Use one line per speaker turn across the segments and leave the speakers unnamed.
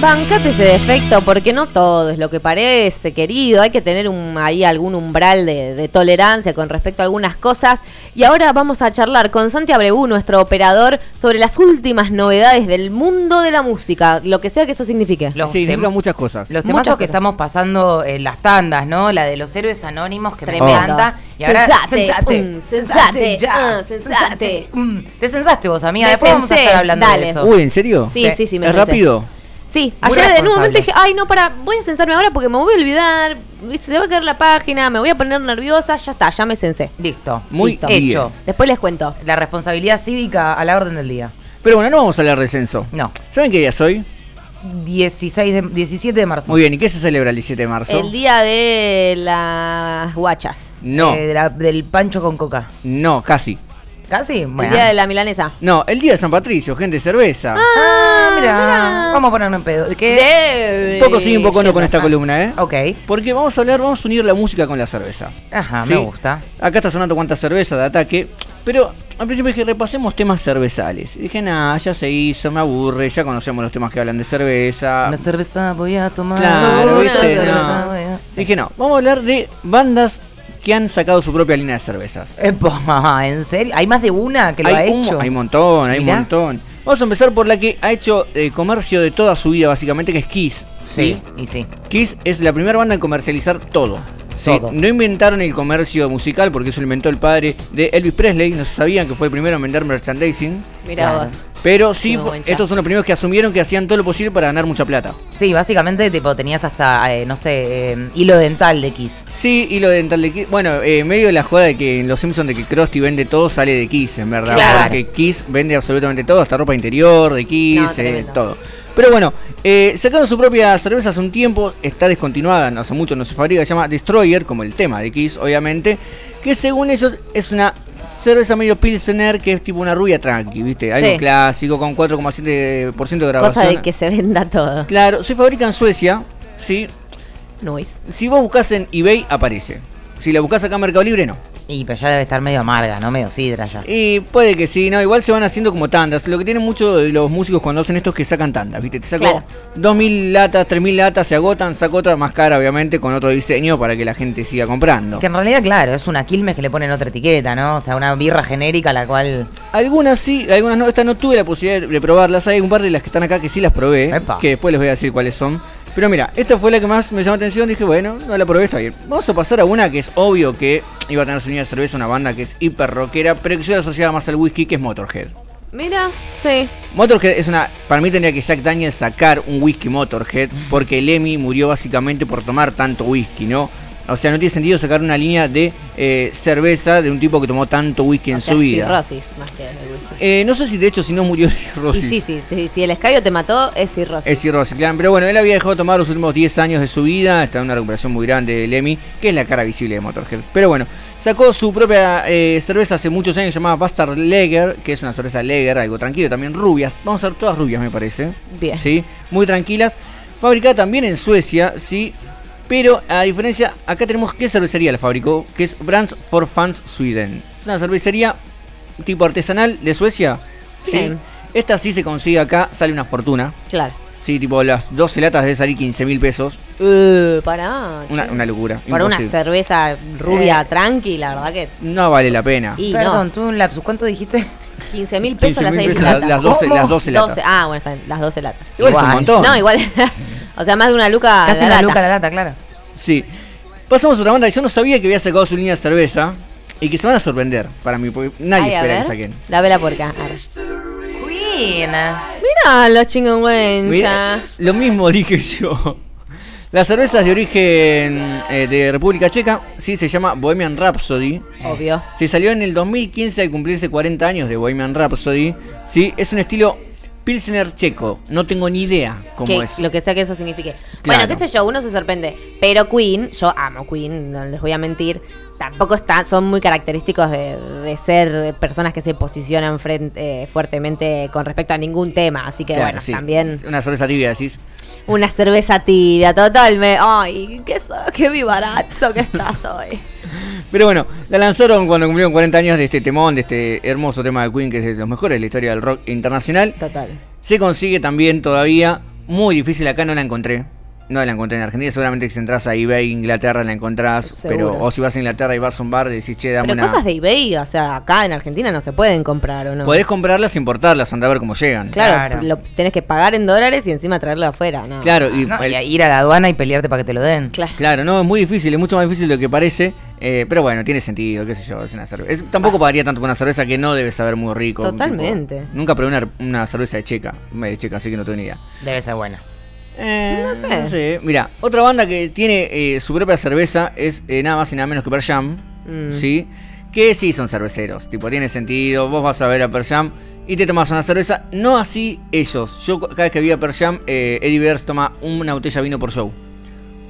Bancate ese defecto, porque no todo es lo que parece, querido. Hay que tener un, ahí algún umbral de, de tolerancia con respecto a algunas cosas. Y ahora vamos a charlar con Santi Abreu, nuestro operador, sobre las últimas novedades del mundo de la música, lo que sea que eso signifique.
Los
Sí, significa
tem-
muchas cosas.
Los
Muchas
temas
cosas.
que estamos pasando en las tandas, ¿no? La de los héroes anónimos que
Tremendo.
me encanta. Y ahora
Sensate,
sentate,
mm, sensate, ah, sensate.
mm. Te sensaste vos, amiga.
Me
Después vamos a
sensé,
estar hablando
dale.
de eso.
Uy, ¿en serio?
Sí, sí, sí, me
¿Es
sensé.
rápido?
Sí,
Muy
ayer en un
responsable.
momento dije, ay, no, para, voy a censarme ahora porque me voy a olvidar, se va a caer la página, me voy a poner nerviosa, ya está, ya me censé.
Listo.
Muy
Listo.
bien.
hecho.
Después les cuento.
La responsabilidad cívica a la orden del día.
Pero bueno, no vamos a hablar de censo.
No.
¿Saben qué día soy?
16 de, 17 de marzo.
Muy bien, ¿y qué se celebra el 17 de marzo?
El día de las guachas.
No,
Eh, de la- del pancho con coca.
no, casi.
¿Casi?
El
Bueno.
día de la milanesa.
No, el día de San Patricio, gente, cerveza.
Ah, mira. Vamos a ponernos en pedo.
De-
¿Qué?
poco sí, un poco no con esta columna, ¿eh?
Ok.
Porque vamos a hablar, vamos a unir la música con la cerveza.
Ajá,
¿Sí?
me gusta.
Acá está sonando cuánta cerveza de ataque. Pero al principio dije, repasemos temas cervezales. Y dije, nah, ya se hizo, me aburre, ya conocemos los temas que hablan de cerveza.
Una cerveza voy a tomar.
Ah. Claro,
No,
Una
viste,
cerveza
no.
voy a-
Dije, no, vamos a hablar de bandas que han sacado su propia línea de cervezas.
Epa, Pues, ¿en serio? ¿Hay más de una que lo ha
hay un-
hecho?
hay un montón, hay
Mirá.
un montón. Vamos a empezar por la que ha hecho eh, comercio de toda su vida, básicamente, que es Kiss.
Sí, y sí.
Kiss es la primera banda en comercializar todo. Sí,
Todo.
No inventaron el comercio musical porque eso lo inventó el padre de Elvis Presley. No sabían que fue el primero en vender merchandising.
Mira
Claro.
vos.
Pero sí,
Una
fu-
buena.
estos son los primeros que asumieron que hacían todo lo posible para ganar mucha plata.
Sí, básicamente tipo tenías hasta, eh, no sé, eh, hilo dental de Kiss.
Sí, y lo de dental de Kiss. Bueno, eh, medio de la jugada de que en Los Simpsons de que Krusty vende todo sale de Kiss, en verdad.
Claro.
Porque Kiss vende absolutamente todo, hasta ropa interior de
No,
Kiss, eh,
tremendo.
todo. Pero bueno, eh, sacaron su propia cerveza hace un tiempo, está descontinuada, no hace mucho no se fabrica, se llama Destroyer, como el tema de Kiss, obviamente. Que según ellos es una cerveza medio pilsener, que es tipo una rubia tranqui, ¿viste? Algo
Sí.
clásico, con 4,7% de grabación.
Cosa de que se venda todo.
Claro, se fabrica en Suecia, ¿sí?
Nois.
Si vos buscas en eBay, aparece. Si la buscas acá en Mercado Libre, no.
Y pero ya debe estar medio amarga, ¿no? Medio sidra ya.
Y puede que sí, no, igual se van haciendo como tandas. Lo que tienen muchos los músicos cuando hacen esto es que sacan tandas, ¿viste? Te saco
Claro.
dos 2.000 latas, 3.000 latas, se agotan, saco otra más cara, obviamente, con otro diseño para que la gente siga comprando.
Que en realidad, claro, es una Quilmes que le ponen otra etiqueta, ¿no? O sea, una birra genérica a la cual...
Algunas sí, algunas no. Estas no tuve la posibilidad de probarlas. Hay un par de las que están acá que sí las probé,
Epa.
que después les voy a decir cuáles son. Pero mira, esta fue la que más me llamó la atención. Dije, bueno, no la probé, está bien. Vamos a pasar a una que es obvio que iba a tener su unidad de cerveza, una banda que es hiper rockera, pero que yo la asociaba más al whisky, que es Motorhead.
Mira, sí.
Motorhead es una. Para mí tendría que Jack Daniel sacar un whisky Motorhead, porque Lemmy murió básicamente por tomar tanto whisky, ¿no? O sea, no tiene sentido sacar una línea de eh, cerveza de un tipo que tomó tanto whisky en
O sea,
su vida.
Cirrosis, más que el whisky.
Eh, no sé si de hecho si no murió de cirrosis.
Y sí, sí, sí, si el escabio te mató, es cirrosis.
Es cirrosis, claro. Pero bueno, él había dejado de tomar los últimos 10 años de su vida. Está en una recuperación muy grande de Lemmy, que es la cara visible de Motorhead. Pero bueno, sacó su propia eh, cerveza hace muchos años llamada Bastard Lager, que es una cerveza Lager, algo tranquilo, también rubias. Vamos a ser todas rubias, me parece.
Bien.
Sí, muy tranquilas. Fabricada también en Suecia, sí. Pero a diferencia, acá tenemos qué cervecería la fabricó, que es Brands for Fans Sweden. Es una cervecería tipo artesanal de Suecia. Sí.
Bien.
Esta sí se consigue acá, sale una fortuna.
Claro.
Sí, tipo las 12 latas debe salir 15 mil pesos.
Eh, pará.
Una,
che.
una locura.
Para una
imposible.
cerveza rubia
Eh.
tranqui, la verdad que.
No vale la pena.
Y
Perdón,
no.
tú un lapsus, ¿cuánto dijiste?
15 mil pesos las
15.000
seis
pesos,
latas.
las 12,
¿Cómo?
las 12 latas.
12, ah, bueno, está bien, las 12 latas.
Igual, es un
Igual.
montón.
No, igual. o sea, más de una luca.
Casi
la
una
lata.
luca la lata, claro.
Sí. Pasamos a otra banda que yo no sabía que había sacado su línea de cerveza. Y que se van a sorprender para mí, porque nadie
Ay, a
espera que
ver.
saquen.
La vela puerca.
Queen.
Mira los
Mirá,
chingüengüenchas.
lo mismo dije yo. Las cervezas de origen eh, de República Checa, sí, se llama Bohemian Rhapsody.
Obvio.
Se salió en el 2015 al cumplirse 40 años de Bohemian Rhapsody. Sí, es un estilo Pilsener checo. No tengo ni idea cómo
Que-
es.
lo que sea que eso signifique.
Claro.
Bueno, qué sé yo, uno se sorprende. Pero Queen, yo amo Queen, no les voy a mentir. Tampoco están, son muy característicos de, de ser personas que se posicionan frente, eh, fuertemente con respecto a ningún tema. Así que
Claro,
bueno,
sí.
también
Una cerveza tibia, decís.
una cerveza tibia, total. Me, ay, qué, so- qué vivarazo que estás hoy.
Pero bueno, la lanzaron cuando cumplieron 40 años de este temón, de este hermoso tema de Queen, que es de los mejores de la historia del rock internacional.
Total.
Se consigue también todavía muy difícil, acá no la encontré. No la encontré en Argentina, seguramente si entras a eBay Inglaterra la encontrás,
Seguro.
pero o si vas a Inglaterra y vas a un bar y decís, che, dame
Pero
una...
cosas de eBay, o sea, acá en Argentina no se pueden comprar, ¿o no?
Podés comprarlas e importarlas, anda a ver cómo llegan.
Claro,
Claro.
lo tenés que pagar en dólares y encima traerlo afuera, ¿no?
Claro, y,
No,
el-
y a ir a la aduana y pelearte para que te lo den.
Claro.
Claro, no, es muy difícil, es mucho más difícil de lo que parece, eh, pero bueno, tiene sentido, qué sé yo, es una cerveza. Es- tampoco pagaría tanto por una cerveza que no debe saber muy rico.
Ah. Totalmente.
tipo, nunca probé una, una cerveza de checa, medio checa, así que no tengo ni idea. Eh,
Debe ser buena.
no
sé.
Mira, otra banda que tiene eh, su propia cerveza es eh, nada más y nada menos que Per Jam,
Mm.
¿sí? Que sí son cerveceros, tipo, tiene sentido, vos vas a ver a Per Jam y te tomas una cerveza, no así ellos. Yo cu- cada vez que vi a Per Jam, eh, Eddie Bears toma una botella de vino por show.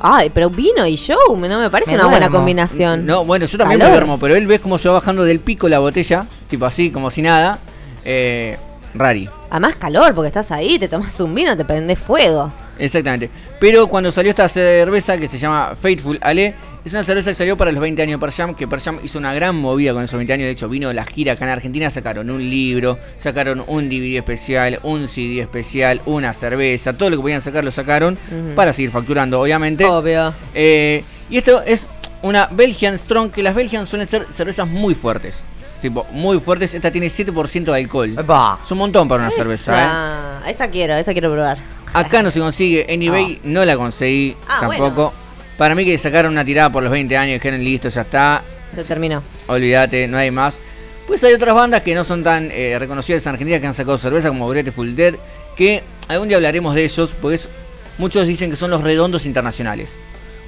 Ay, pero vino y show, me- no me parece
Me
una buena
duermo.
combinación.
No, bueno, yo también me
Calor.
duermo, pero él ves cómo se va bajando del pico la botella, tipo así, como si nada. Eh, rari,
Además calor, porque estás ahí, te tomas un vino, te prendés fuego.
exactamente. Pero cuando salió esta cerveza que se llama Faithful Ale, es una cerveza que salió para los 20 años de Perjam, que Perjam hizo una gran movida con esos 20 años. De hecho, vino la gira acá en Argentina, sacaron un libro, sacaron un DVD especial, un CD especial, una cerveza, todo lo que podían sacar lo sacaron para seguir facturando, obviamente.
Obvio.
Eh, y esto es una Belgian Strong, que las Belgian suelen ser cervezas muy fuertes. Tipo, muy fuertes. Esta tiene 7% de alcohol.
Epa.
Es un montón para una cerveza, ¿eh?
Esa- esa quiero, esa quiero probar.
Acá no se consigue. En eBay no la conseguí
Ah,
tampoco. Para mí que sacaron una tirada por los 20 años y dijeron listo, ya está.
Se terminó.
Olvídate, no hay más. Pues hay otras bandas que no son tan eh, reconocidas en Argentina que han sacado cerveza, como Grateful Dead, que algún día hablaremos de ellos, porque es- muchos dicen que son los redondos internacionales.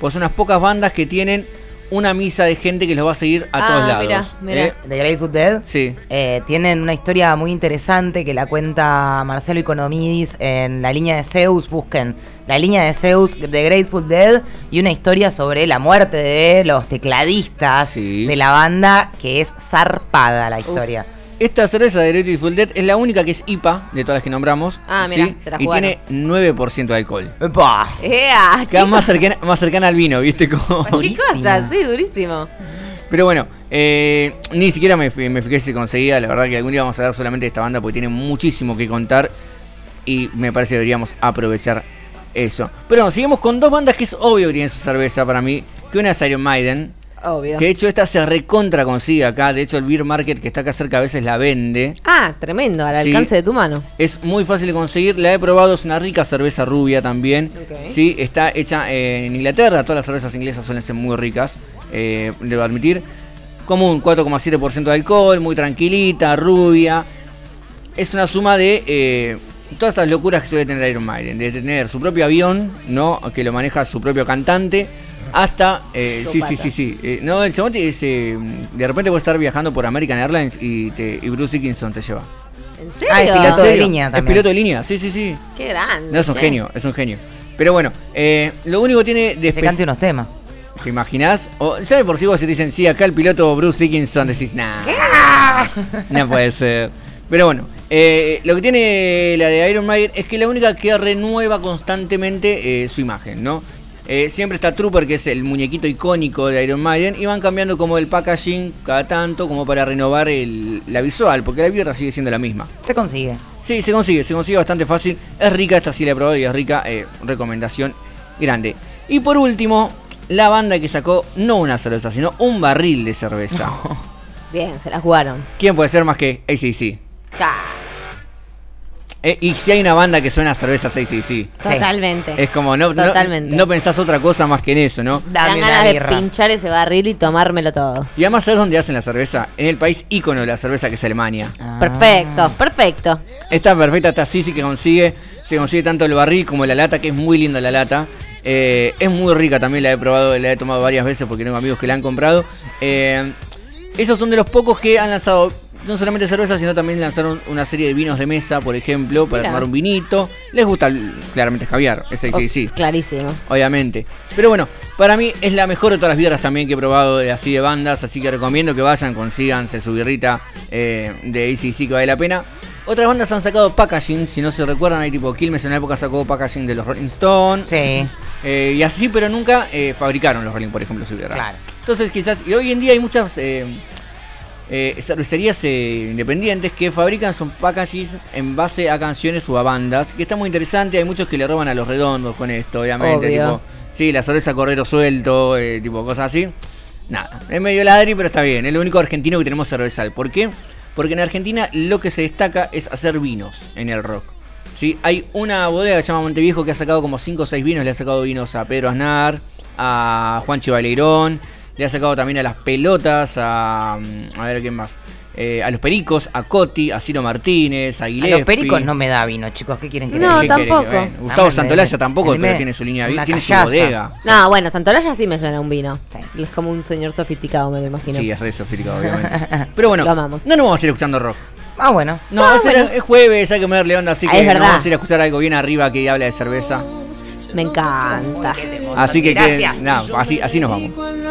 Pues son unas pocas bandas que tienen una misa de gente que los va a seguir a
Ah,
todos lados.
mirá, mirá.
¿eh?
The Grateful Dead.
Sí.
Eh, tienen una historia muy interesante que la cuenta Marcelo Economidis en la línea de Zeus. Busquen la línea de Zeus de Grateful Dead y una historia sobre la muerte de los tecladistas
Sí.
de la banda que es zarpada la historia.
Esta cerveza de Grateful Dead es la única que es IPA de todas las que nombramos.
Ah, mirá, se la
y
jugaron.
tiene 9% de alcohol.
Epa.
¡Ea!
Queda
chicos!
más cercana, más cercana al vino, ¿viste? Como-
¿Qué
durísima.
cosa? Sí, durísimo.
Pero bueno, eh, ni siquiera me, fi- me fijé si conseguía. La verdad que algún día vamos a hablar solamente de esta banda porque tiene muchísimo que contar. Y me parece que deberíamos aprovechar eso. Pero bueno, seguimos con dos bandas que es obvio que tienen su cerveza para mí. Que una es Iron Maiden.
Obvio.
Que de hecho esta se recontra consigue acá. De hecho el Beer Market que está acá cerca a veces la vende.
Ah, tremendo, al
Sí.
alcance de tu mano.
Es muy fácil de conseguir, la he probado, es una rica cerveza rubia también.
Ok.
Sí, está hecha eh, en Inglaterra, todas las cervezas inglesas suelen ser muy ricas, eh, debo admitir. Común, 4,7% de alcohol, muy tranquilita, rubia. Es una suma de eh, todas estas locuras que suele tener Iron Maiden, de tener su propio avión, ¿no? Que lo maneja su propio cantante. Hasta, eh, sí, sí, sí, sí. eh, no, el chabón te- se- de repente puede estar viajando por American Airlines y, te- y Bruce Dickinson te lleva.
¿En serio?
Ah, el
¿En
piloto de
serio?
línea
Es
también.
piloto de línea, sí, sí, sí.
¡Qué grande!
No, es un
che.
genio, es un genio. Pero bueno, eh, lo único que tiene de
Que se cante
especi-
unos temas.
¿Te imaginas? O, ¿Sabes por si vos te dicen, sí, acá el piloto Bruce Dickinson? Decís, nah. No puede ser. Pero bueno, eh, lo que tiene la de Iron Maiden es que es la única que renueva constantemente eh, su imagen, ¿no? Eh, siempre está Trooper, que es el muñequito icónico de Iron Maiden, y van cambiando como el packaging cada tanto, como para renovar el- la visual, porque la birra sigue siendo la misma.
Se consigue.
Sí, se consigue, se consigue bastante fácil. Es rica, esta sí la he probado y es rica. eh, recomendación grande. Y por último, la banda que sacó no una cerveza, sino un barril de cerveza.
Bien, se la jugaron.
¿Quién puede ser más que ACC?
Ca-
Eh, y si hay una banda que suena a cerveza, es ACC.
Totalmente.
Es como, no, no-
Totalmente.
no, pensás otra cosa más que en eso, ¿no?
Me Dan
Dame una
ganas de
birra.
pinchar ese barril y tomármelo todo.
Y además, ¿sabes dónde hacen la cerveza? En el país ícono de la cerveza, que es Alemania.
Perfecto, perfecto.
Está perfecta, está así, sí que consigue. Se consigue tanto el barril como la lata, que es muy linda la lata. Eh, es muy rica también, la he probado, la he tomado varias veces porque tengo amigos que la han comprado. Eh, esos son de los pocos que han lanzado no solamente cerveza, sino también lanzaron una serie de vinos de mesa, por ejemplo, para
Mirá.
tomar un vinito. Les gusta claramente el caviar, ese sí, sí.
Oh, Clarísimo.
Obviamente. Pero bueno, para mí es la mejor de todas las birras también que he probado de, así de bandas. Así que recomiendo que vayan, consíganse su birrita eh, de ACC que vale la pena. Otras bandas han sacado packaging, si no se recuerdan, hay tipo Quilmes en una época sacó packaging de los Rolling Stones.
Sí.
Eh, y así, pero nunca eh, fabricaron los Rolling, por ejemplo, su birra.
Claro.
Entonces quizás, y hoy en día hay muchas eh, eh, cervecerías eh, independientes que fabrican son packages en base a canciones o a bandas, que está muy interesante, hay muchos que le roban a los redondos con esto, obviamente,
Obvio.
tipo, sí, la cerveza Cordero Suelto, eh, tipo cosas así. Nada, es medio ladri, pero está bien, es lo único argentino que tenemos cervezal. ¿Por qué? Porque en Argentina lo que se destaca es hacer vinos en el rock. ¿sí? Hay una bodega que se llama Monteviejo que ha sacado como 5 o 6 vinos, le ha sacado vinos a Pedro Aznar, a Juan Chivaleirón, le ha sacado también a las pelotas, a. mm, A ver quién más. Eh, a los pericos, a Coti, a Ciro Martínez, a
A
Guilherme.
los pericos no me da vino, chicos. ¿Qué quieren que
No,
les diga?
tampoco.
Gustavo
Dame,
Santolaya tampoco,
dame
pero tiene su línea, vi-
una
tiene su
callaza.
bodega.
No, bueno, Santolaya sí me suena a un vino.
Sí.
Es como un señor sofisticado, me lo imagino.
Sí, es re sofisticado, obviamente. Pero bueno,
Lo amamos.
no nos vamos a ir escuchando rock.
Ah, bueno.
No, es, es jueves, hay que meterle onda, así
Ah,
que
es
no
verdad.
vamos a ir a escuchar algo bien arriba que habla de cerveza.
Me encanta.
Así que, que-
Oh, Gracias.
nada, así, así nos vamos.
Con